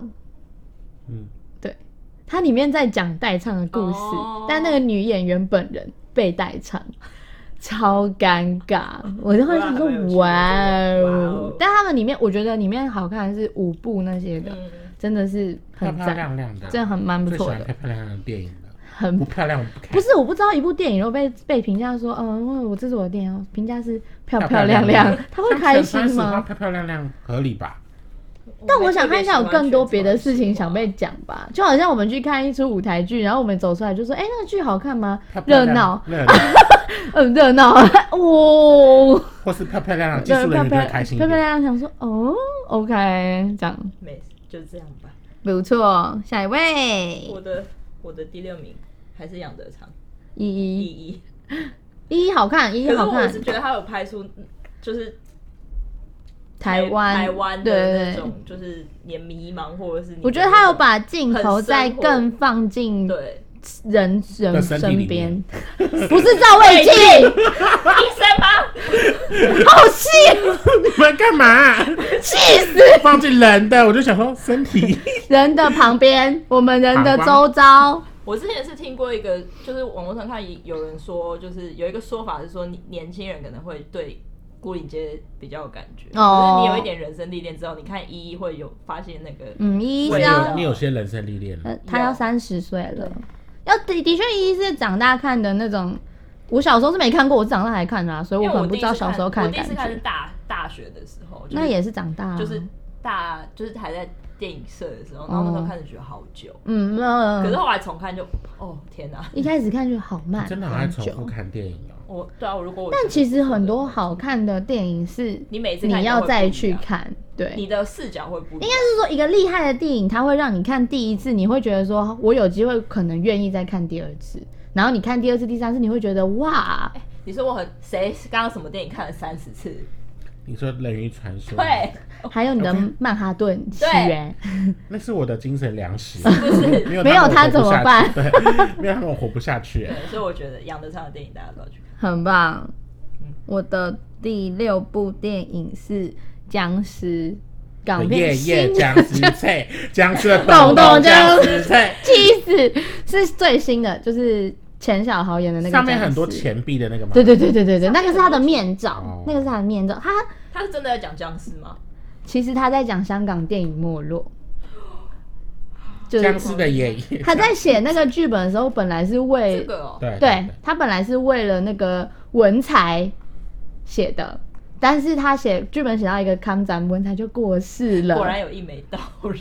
Speaker 2: 嗯，
Speaker 4: 对，它里面在讲代唱的故事，
Speaker 3: 哦
Speaker 4: 但那个女演员本人被代唱，超尴尬。我就会想说
Speaker 3: 哇蛮有趣的，
Speaker 4: 哇
Speaker 3: 哇
Speaker 4: 哦
Speaker 3: 哦！
Speaker 4: 但他们里面，我觉得里面好看的是舞步那些的，
Speaker 3: 嗯，
Speaker 4: 真的是
Speaker 2: 漂
Speaker 4: 很
Speaker 2: 漂
Speaker 4: 赞，
Speaker 2: 亮亮的，啊
Speaker 4: 真的很蛮不
Speaker 2: 最喜
Speaker 4: 错
Speaker 2: 欢
Speaker 4: 的，
Speaker 2: 漂漂亮亮的电影了，
Speaker 4: 很
Speaker 2: 不漂亮我不看。
Speaker 4: 不是，我不知道一部电影都被被评价说，嗯，我这是我的电影，评价是漂
Speaker 2: 漂
Speaker 4: 漂
Speaker 2: 漂
Speaker 4: 亮
Speaker 2: 亮
Speaker 4: 亮
Speaker 2: 亮，
Speaker 4: 他会开心
Speaker 2: 她
Speaker 4: 吗？
Speaker 2: 漂漂亮亮合理吧？
Speaker 4: 但我想他应该有更多别的事情想被讲吧，就好像我们去看一出舞台剧，然后我们走出来就说，哎、那个剧好看吗
Speaker 2: 漂？漂
Speaker 4: 热
Speaker 2: 亮
Speaker 4: 闹，
Speaker 2: 热闹，
Speaker 4: 嗯，热闹，哦，
Speaker 2: 或是漂漂亮亮，技
Speaker 4: 漂
Speaker 2: 术
Speaker 4: 漂
Speaker 2: 人员就会开心 一
Speaker 4: 漂漂
Speaker 2: 点。
Speaker 4: 亮亮，想说，哦，OK，这样
Speaker 3: 没事，就这样吧。
Speaker 4: 不错，下一
Speaker 3: 我
Speaker 4: 位，
Speaker 3: 的我的第六名还是杨德昌，第
Speaker 4: 依依，
Speaker 3: 一。
Speaker 4: 依依好看，依依
Speaker 3: 可是
Speaker 4: 好
Speaker 3: 我
Speaker 4: 看
Speaker 3: 是，觉得他有拍出，就是
Speaker 4: 台湾，
Speaker 3: 台湾
Speaker 4: 对
Speaker 3: 的
Speaker 4: 对
Speaker 3: 那
Speaker 4: 对。
Speaker 3: 种，就是也迷茫或者是你
Speaker 4: 我觉得他有把镜头再更放进
Speaker 3: 对
Speaker 4: 人人
Speaker 2: 的身体
Speaker 4: 身
Speaker 2: 里
Speaker 4: 边
Speaker 2: 面，
Speaker 4: 不是赵魏静，
Speaker 3: 医生吗？
Speaker 4: 好气
Speaker 2: 你们干嘛？
Speaker 4: 气死！
Speaker 2: 放进人的，我就想说 身体
Speaker 4: 人的旁边，我们人的
Speaker 2: 膀
Speaker 4: 周
Speaker 2: 胱
Speaker 4: 遭，
Speaker 3: 我之前是听过一个，就是网络上看有人说，就是有一个说法是说，你年轻人可能会对孤岭街比较有感觉，
Speaker 4: 哦
Speaker 3: 就是你有一点人生历练之后，你看依依会有发现那个，
Speaker 4: 嗯，依依
Speaker 2: 你
Speaker 4: 是
Speaker 3: 对啊
Speaker 2: 有
Speaker 4: 要
Speaker 2: 你，有些人生历练了，
Speaker 4: 呃他要
Speaker 3: 有
Speaker 4: 三十岁了
Speaker 3: 对，
Speaker 4: 要的的确依依是长大看的那种。我小时候是没看过，我是长大才看的啊，所以我
Speaker 3: 因为
Speaker 4: 可能
Speaker 3: 我
Speaker 4: 不
Speaker 3: 第一
Speaker 4: 知道
Speaker 3: 次
Speaker 4: 小时候
Speaker 3: 看，我
Speaker 4: 看的
Speaker 3: 第一次
Speaker 4: 感
Speaker 3: 看是
Speaker 4: 觉。
Speaker 3: 大大学的时候，就是
Speaker 4: 那也是长大啊，
Speaker 3: 就是大就是还在电影社的时候，然后那时候看着觉得好久，
Speaker 4: 嗯
Speaker 3: 可是
Speaker 4: 哦嗯，
Speaker 3: 后来重看就哦天哪、
Speaker 4: 一开始看就好慢，
Speaker 2: 真的好爱
Speaker 4: 好
Speaker 2: 重
Speaker 4: 久
Speaker 2: 复看电影哦。
Speaker 3: 我对啊，我如果我
Speaker 4: 但其实很多好看的电影是
Speaker 3: 你每次看
Speaker 4: 你
Speaker 3: 都
Speaker 4: 要
Speaker 3: 会
Speaker 4: 再
Speaker 3: 不一
Speaker 4: 去
Speaker 3: 样，
Speaker 4: 看，对，
Speaker 3: 你的视角会不一样
Speaker 4: 应该。是说一个厉害的电影，它会让你看第一次，你会觉得说我有机会可能愿意再看第二次，然后你看第二次、第三次，你会觉得哇，
Speaker 2: 哎
Speaker 3: 你说我很谁刚刚什么电影看了三十次？
Speaker 2: 你说《人鱼传说》？
Speaker 3: 对，
Speaker 2: 哦
Speaker 4: 还有你的
Speaker 2: OK
Speaker 4: 曼哈顿起
Speaker 3: 对
Speaker 4: 源，
Speaker 2: 那是我的精神粮食，
Speaker 3: 不是？
Speaker 2: 没有
Speaker 4: 没有
Speaker 2: 他
Speaker 4: 他怎么
Speaker 2: 办？对，没有他们我活不下去。
Speaker 3: 对，所以我觉得杨德昌的电影大家都要去看。
Speaker 4: 很棒
Speaker 3: 嗯。
Speaker 4: 我的第六部电影是《僵尸》港片
Speaker 2: 夜夜
Speaker 4: 新
Speaker 2: 僵尸菜，僵 尸的
Speaker 4: 懂懂
Speaker 2: 懂懂
Speaker 4: 僵
Speaker 2: 僵
Speaker 4: 尸
Speaker 2: 尸菜，
Speaker 4: 气死，是最新的，就是钱小豪演的那个
Speaker 2: 上面
Speaker 4: 僵
Speaker 2: 很多
Speaker 4: 尸。
Speaker 2: 钱币的那个嘛。
Speaker 4: 对对对对对对，那个是他的面罩
Speaker 2: 哦，
Speaker 4: 那个是他的面罩。他
Speaker 3: 他是真的在讲僵尸吗？
Speaker 4: 其实他在讲香港电影没落，就是
Speaker 2: 僵尸的爷爷。
Speaker 4: 他在写那个剧本的时候，本来是为、
Speaker 3: 这个哦，
Speaker 2: 对
Speaker 4: 对他本来是为了那个文才写的，但是他写剧本写到一个康展文才就过世了，
Speaker 3: 果然有一眉道人。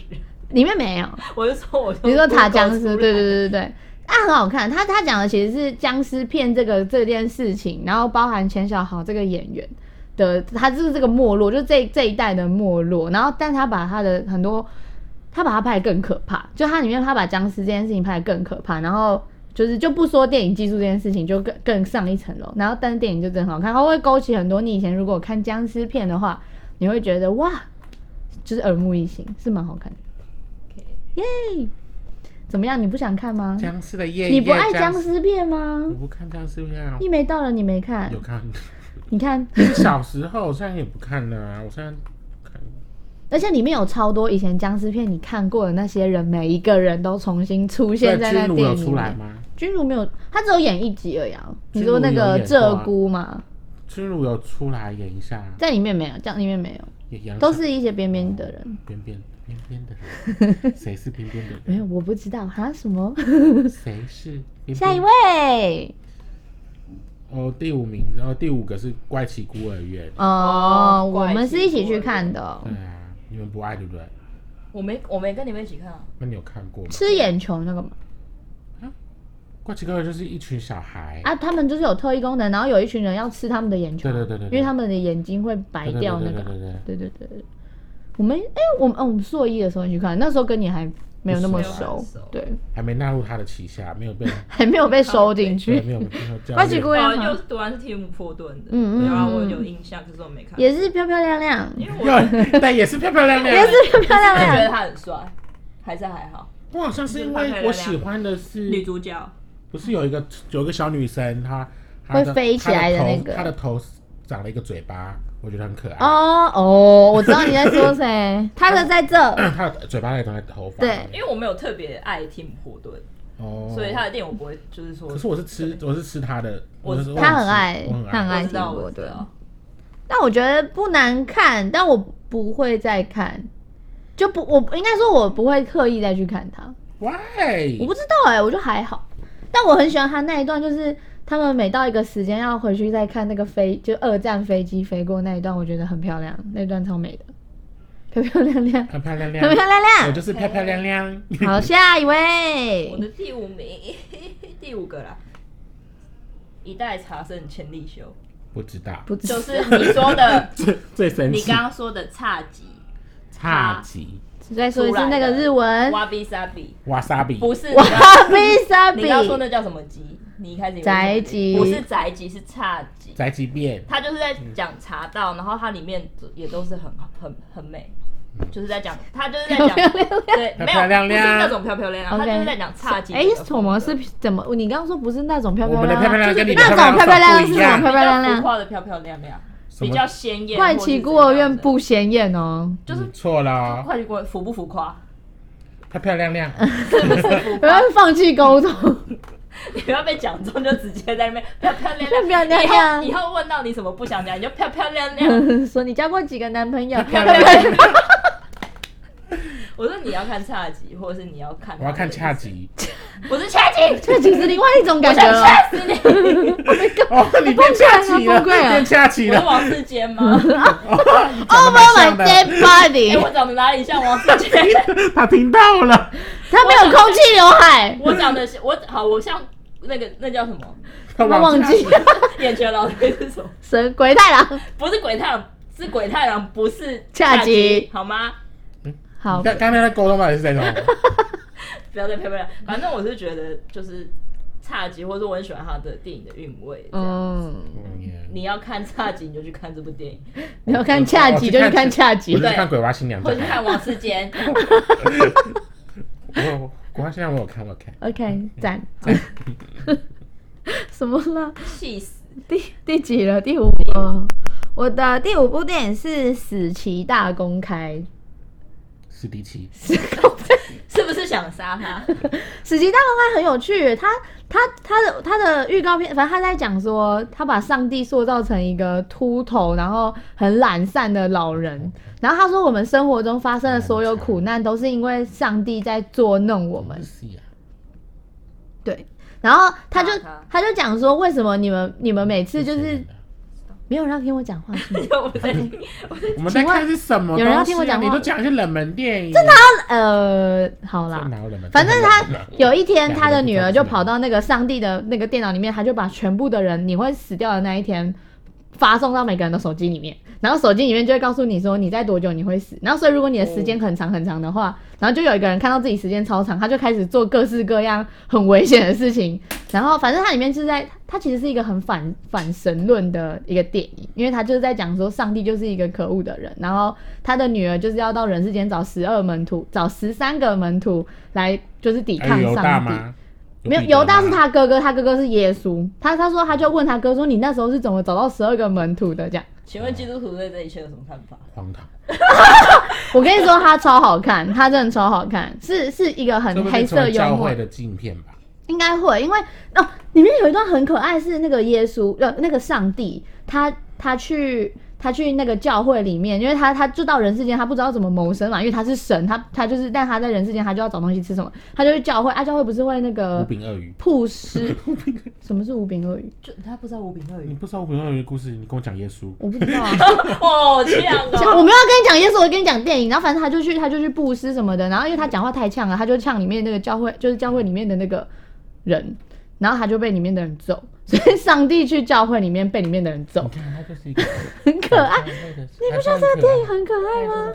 Speaker 4: 里面没有。
Speaker 3: 我就说我，
Speaker 4: 你说他僵尸，对对
Speaker 3: 对，
Speaker 4: 对对对，那很好看。他他讲的其实是僵尸片这个这件事情，然后包含钱小豪这个演员的，他就是这个没落，就这这一代的没落。然后，但他把他的很多，他把他拍的更可怕，就他里面他把僵尸这件事情拍的更可怕，然后。就是就不说电影技术这件事情，就更更上一层楼。然后，但是电影就真好看，它会勾起很多你以前如果看僵尸片的话，你会觉得哇，就是耳目一新，是蛮好看的。耶！怎么样？你不想看吗？
Speaker 2: 僵尸的夜夜，
Speaker 4: 你不爱僵
Speaker 2: 尸？
Speaker 4: 尸片吗
Speaker 2: 我？不看僵尸片啊，
Speaker 4: 一没到了你没看
Speaker 2: 有，看。
Speaker 4: 你看，
Speaker 2: 小时候我现在也不看了啊，我现在不看
Speaker 4: 而且里面有超多以前僵尸片你看过的那些人，每一个人都重新出现在那电
Speaker 2: 军奴有
Speaker 4: 影里
Speaker 2: 出来
Speaker 4: 面。
Speaker 2: 吗？
Speaker 4: 君如没有，他只有演一集而已、啊。你
Speaker 2: 君
Speaker 4: 说
Speaker 2: 如
Speaker 4: 那
Speaker 2: 有
Speaker 4: 个
Speaker 2: 演过
Speaker 4: 鹧
Speaker 2: 啊
Speaker 4: 鸪嘛，
Speaker 2: 君如有出来演一下，
Speaker 4: 在里面没有，这样里面没有，
Speaker 2: 也演了
Speaker 4: 都
Speaker 2: 什么
Speaker 4: 是一些边边的人。
Speaker 2: 边边边边的 人，谁是边边的人？
Speaker 4: 没有，我不知道哈什么。
Speaker 2: 谁是边 边
Speaker 4: 下一位
Speaker 2: 哦，第五名，然后第五个是怪奇孤儿院。
Speaker 4: 哦，
Speaker 3: 哦
Speaker 4: 我
Speaker 3: 怪
Speaker 4: 们
Speaker 3: 奇
Speaker 4: 是一起
Speaker 3: 多
Speaker 4: 去
Speaker 3: 人
Speaker 4: 看的哦，
Speaker 2: 对啊，你们不爱对不对？
Speaker 3: 我没我没跟你们一起看啊，
Speaker 2: 那你有看过吗？
Speaker 4: 吃眼球那个嘛。
Speaker 2: 怪奇孤儿院就是一群小孩，
Speaker 4: 啊，他们就是有特异功能，然后有一群人要吃他们的眼球，
Speaker 2: 对对对对
Speaker 4: 因为他们的眼睛会白
Speaker 2: 对对
Speaker 4: 掉那
Speaker 2: 对
Speaker 4: 个
Speaker 2: 对，对对对
Speaker 4: 对对对对。我们哎、我们、哦、我们硕一的时候你去看，那时候跟你还没有那么
Speaker 2: 不熟
Speaker 4: 熟
Speaker 3: 没有很熟，
Speaker 4: 对，
Speaker 2: 还没纳入他的旗下，没有被
Speaker 4: 还 没有被收进
Speaker 2: 对
Speaker 4: 去。
Speaker 2: 没有被教育
Speaker 4: 怪奇 孤儿
Speaker 3: 哦，
Speaker 4: 院
Speaker 3: 又
Speaker 4: 好
Speaker 3: 是读完是蒂姆·波顿的，
Speaker 4: 嗯嗯
Speaker 3: 对啊，
Speaker 4: 嗯
Speaker 3: 我有印象，可是我没看，
Speaker 4: 也是漂漂亮亮，
Speaker 3: 因为我
Speaker 2: 要，但也是漂漂亮亮。
Speaker 4: 也是漂漂亮
Speaker 3: 觉得
Speaker 4: 亮。
Speaker 3: 他很帅，还是还好，
Speaker 2: 我好像是因为我喜欢的是
Speaker 3: 女主角
Speaker 2: 不是有一个有一个小女生，她她的
Speaker 4: 会飞起来的
Speaker 2: 她头
Speaker 4: 那个
Speaker 2: 她的头长了一个嘴巴，我觉得很可爱。
Speaker 4: 哦哦，我知道你在说 谁，他的在这，
Speaker 2: 她的嘴巴那里长在头发。
Speaker 4: 对
Speaker 3: 因为我没有特别爱蒂姆·波顿，
Speaker 2: 哦，
Speaker 3: 所以他的电影我不会就是说，
Speaker 2: 可是我是吃我是吃她的，
Speaker 3: 我
Speaker 2: 是
Speaker 4: 他很爱
Speaker 2: 我很，
Speaker 4: 他很
Speaker 3: 我
Speaker 4: 爱
Speaker 3: 知
Speaker 4: 听
Speaker 3: 道
Speaker 4: 过
Speaker 3: 我知
Speaker 4: 对。
Speaker 3: 道，
Speaker 4: 但我觉得不难看，但我不会再看，就不我应该说我不会刻意再去看它。我
Speaker 2: Why？
Speaker 4: 不知道哎、我就还好，但我很喜欢他那一段，就是他们每到一个时间要回去再看那个飞，就二战飞机飞过那一段，我觉得很漂亮，那段超美的，漂漂亮亮，
Speaker 2: 很漂亮
Speaker 4: 漂漂
Speaker 2: 亮，
Speaker 4: 亮
Speaker 2: 我
Speaker 4: 亮。
Speaker 2: 就是漂漂 亮亮。
Speaker 4: 好，下一
Speaker 3: 我
Speaker 4: 位，
Speaker 3: 的第五名， 第五个啦，一代茶圣千利休，
Speaker 2: 不知道，
Speaker 4: 不知
Speaker 3: 就是你说的，
Speaker 2: 最 最神
Speaker 3: 你
Speaker 2: 奇
Speaker 3: 刚刚说的差级
Speaker 2: 差级
Speaker 4: 再说一次那个日文，
Speaker 3: 哇比萨比，
Speaker 2: 瓦萨比
Speaker 3: 不是你
Speaker 4: 哇
Speaker 3: 刚刚
Speaker 4: 比萨
Speaker 3: 你
Speaker 4: 比
Speaker 3: 刚，刚说那叫什么级？你一开始以为是
Speaker 4: 宅
Speaker 3: 什么
Speaker 4: 级
Speaker 3: 不是宅级，是差级。
Speaker 2: 宅急便，
Speaker 3: 他就是在讲茶道，然后它里面也都是很很很美，就是在讲他就是在
Speaker 4: 漂
Speaker 3: 讲
Speaker 4: 漂亮亮。
Speaker 3: 对，没有
Speaker 2: 嗯漂漂亮亮
Speaker 3: 不是那种漂漂亮亮，他
Speaker 4: OK
Speaker 3: 就是在讲差级。
Speaker 4: 哎，什么是怎么？你刚刚说不是那种漂
Speaker 2: 我
Speaker 4: 漂
Speaker 2: 们
Speaker 4: 亮
Speaker 2: 的漂漂
Speaker 4: 亮，
Speaker 2: 亮跟你的
Speaker 4: 那种漂漂亮亮
Speaker 2: 不
Speaker 4: 是
Speaker 2: 一
Speaker 4: 什么
Speaker 2: 样
Speaker 4: 漂。漂亮
Speaker 3: 浮
Speaker 4: 亮？
Speaker 3: 夸的漂漂亮亮，
Speaker 2: 什
Speaker 3: 比
Speaker 2: 么
Speaker 3: 较鲜艳。
Speaker 4: 怪奇孤儿
Speaker 3: 或
Speaker 4: 院
Speaker 3: 是怎样的
Speaker 4: 不显眼哦，
Speaker 3: 就是
Speaker 2: 你错了，哦
Speaker 3: 快奇过浮不浮夸？
Speaker 2: 漂漂 亮亮。
Speaker 3: 是不是浮
Speaker 4: 我
Speaker 3: 夸？
Speaker 4: 要呃放弃沟通。
Speaker 3: 你不要被讲中，就直接在那边漂漂亮亮。
Speaker 4: 漂漂亮亮嗯
Speaker 3: 以后以后问到你什么不想讲，你就漂漂亮亮。
Speaker 4: 说你交过几个男朋友？
Speaker 2: 漂亮亮，
Speaker 3: 我说你要看差级，或者是你要看
Speaker 2: 我要看 恰，吉。
Speaker 3: 不是恰吉，
Speaker 4: 这其实另外一种
Speaker 3: 我
Speaker 4: 感觉
Speaker 3: 想
Speaker 4: 了。
Speaker 3: 掐死 你！
Speaker 2: 哦，你变恰吉了，
Speaker 4: 崩溃了啊
Speaker 3: 哦
Speaker 2: 变恰吉
Speaker 3: 我是
Speaker 2: 了。
Speaker 3: 王世 坚吗？
Speaker 4: Over my
Speaker 2: 天！
Speaker 4: dead
Speaker 3: 哎，我
Speaker 4: body，
Speaker 3: 长得哪里像王世坚？
Speaker 2: 他听到了，
Speaker 4: 他没有空气刘海，
Speaker 3: 我长得我好，我像那个那叫什么？
Speaker 2: 他
Speaker 4: 他忘记
Speaker 2: 了。
Speaker 3: 眼球老推是什么？
Speaker 4: 神鬼太郎。
Speaker 3: 不是鬼太郎，是鬼太郎，不是
Speaker 4: 恰
Speaker 3: 恰
Speaker 4: 吉
Speaker 3: 吉，好吗？
Speaker 4: 好，
Speaker 2: 刚刚才在沟通到底是在什么？
Speaker 3: 不要再漂漂亮。反正我是觉得就是差吉，或者我很喜欢他的电影的韵味。嗯，
Speaker 4: 嗯，
Speaker 3: 你要看差吉，你就去看这部 电影，
Speaker 4: 你要看恰吉就去看恰
Speaker 2: 我
Speaker 4: 吉
Speaker 2: 就，是哦看《鬼娃新娘
Speaker 3: 或》者去看王世坚。
Speaker 2: 我我鬼娃新娘我有看，我有看。
Speaker 4: OK，赞。什么啦？
Speaker 3: 气死！
Speaker 4: 第第几了？第五部。哦我的第五部电影是《死期大公 开》。
Speaker 2: 史迪奇，
Speaker 3: 是不是想杀他？
Speaker 4: 死期大公开很有趣，他他他的他的预告片，反正他在讲说，他把上帝塑造成一个秃头，然后很懒散的老人。然后他说，我们生活中发生的所有苦难，都是因为上帝在捉弄我们。
Speaker 2: 是呀，
Speaker 4: 对。然后他就
Speaker 3: 打他
Speaker 4: 他就讲说，为什么你们你们每次就是没有让听我讲话？是吗
Speaker 3: 我在听，
Speaker 2: 我们在看是什么？
Speaker 4: 有人要听我讲话
Speaker 2: 你都讲一些冷门电影，真的？
Speaker 4: 呃，好啦，
Speaker 2: 哪有冷门？
Speaker 4: 反正他有一天，
Speaker 2: 两个
Speaker 4: 他的
Speaker 2: 都不
Speaker 4: 女
Speaker 2: 知道
Speaker 4: 儿
Speaker 2: 是
Speaker 4: 就
Speaker 2: 哪
Speaker 4: 跑到那个上帝的那个电脑里面，他就把全部的人你会死掉的那一天发送到每个人的手机里面，然后手机里面就会告诉你说你在多久你会死。然后所以如果你的时间很长很长的话，然后就有一个人看到自己时间超长，他就开始做各式各样很危险的事情。然后反正它里面是在，它其实是一个很反反神论的一个电影，因为它就是在讲说上帝就是一个可恶的人，然后他的女儿就是要到人世间找十二门徒，找十三个门徒来就是抵
Speaker 2: 哎，
Speaker 4: 抗
Speaker 2: 犹大
Speaker 4: 上帝。
Speaker 2: 吗？
Speaker 4: 没有，
Speaker 2: 彼得
Speaker 4: 犹大
Speaker 2: 吗
Speaker 4: 是他哥哥，他哥哥是耶稣。他他说他就问他哥说：“你那时候是怎么找到十二个门徒的？”这样，
Speaker 3: 请问基督徒对这一切有什么看法？
Speaker 2: 荒唐，
Speaker 4: 我跟你说，他超好看，他真的超好看，是是一个
Speaker 2: 这
Speaker 4: 很黑
Speaker 2: 会被
Speaker 4: 色
Speaker 2: 成为
Speaker 4: 幽
Speaker 2: 教
Speaker 4: 默
Speaker 2: 会，的镜片吧？
Speaker 4: 应该会，因为哦，里面有一段很可爱，是那个耶稣，呃，那个上帝，他他去他去那个教会里面，因为他他就到人世间，他不知道怎么谋生嘛，因为他是神，他他就是，但他在人世间，他就要找东西吃什么，他就去教会，啊，教会不是会那
Speaker 2: 无
Speaker 4: 个
Speaker 2: 饼鳄鱼，
Speaker 4: 曝 尸，什么是无柄鳄鱼？
Speaker 3: 就他不知道五饼鳄
Speaker 2: 你。不知道无饼鳄鱼的故事，你跟我讲耶稣，
Speaker 4: 我不知 道啊。
Speaker 3: 哦，这样
Speaker 4: 像
Speaker 3: 哦。
Speaker 4: 我没有跟你讲耶稣，我跟你讲电影，然后反正他就去，他就去布施什么的，然后因为他讲话太呛了，他就呛里面那个教会，就是教会里面的那个人，然后他就被里面的人揍， 所以上帝去教会里面被里面的人揍
Speaker 2: 你，看他就是一个
Speaker 4: 很可爱，
Speaker 2: 你
Speaker 4: 你
Speaker 2: 不
Speaker 4: 不觉得这个电影很可爱吗？
Speaker 2: 吗？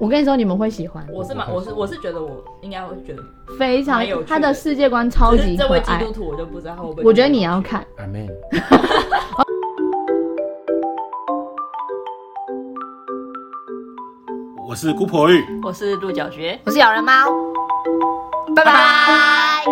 Speaker 4: 我跟你说，你们会喜欢，
Speaker 3: 我是蛮，我是我是觉得我应该会觉得，
Speaker 4: 非常
Speaker 3: 蛮有趣的
Speaker 4: 他的世界观超
Speaker 3: 只
Speaker 4: 级
Speaker 3: 是
Speaker 4: 可
Speaker 3: 这位基
Speaker 4: 爱
Speaker 3: 督，徒我就不知道他会不会。
Speaker 4: 我觉得你啊要看。
Speaker 2: 阿妹， 我是姑婆玉。
Speaker 3: 我是鹿角蕨。
Speaker 1: 我是咬人猫，拜拜。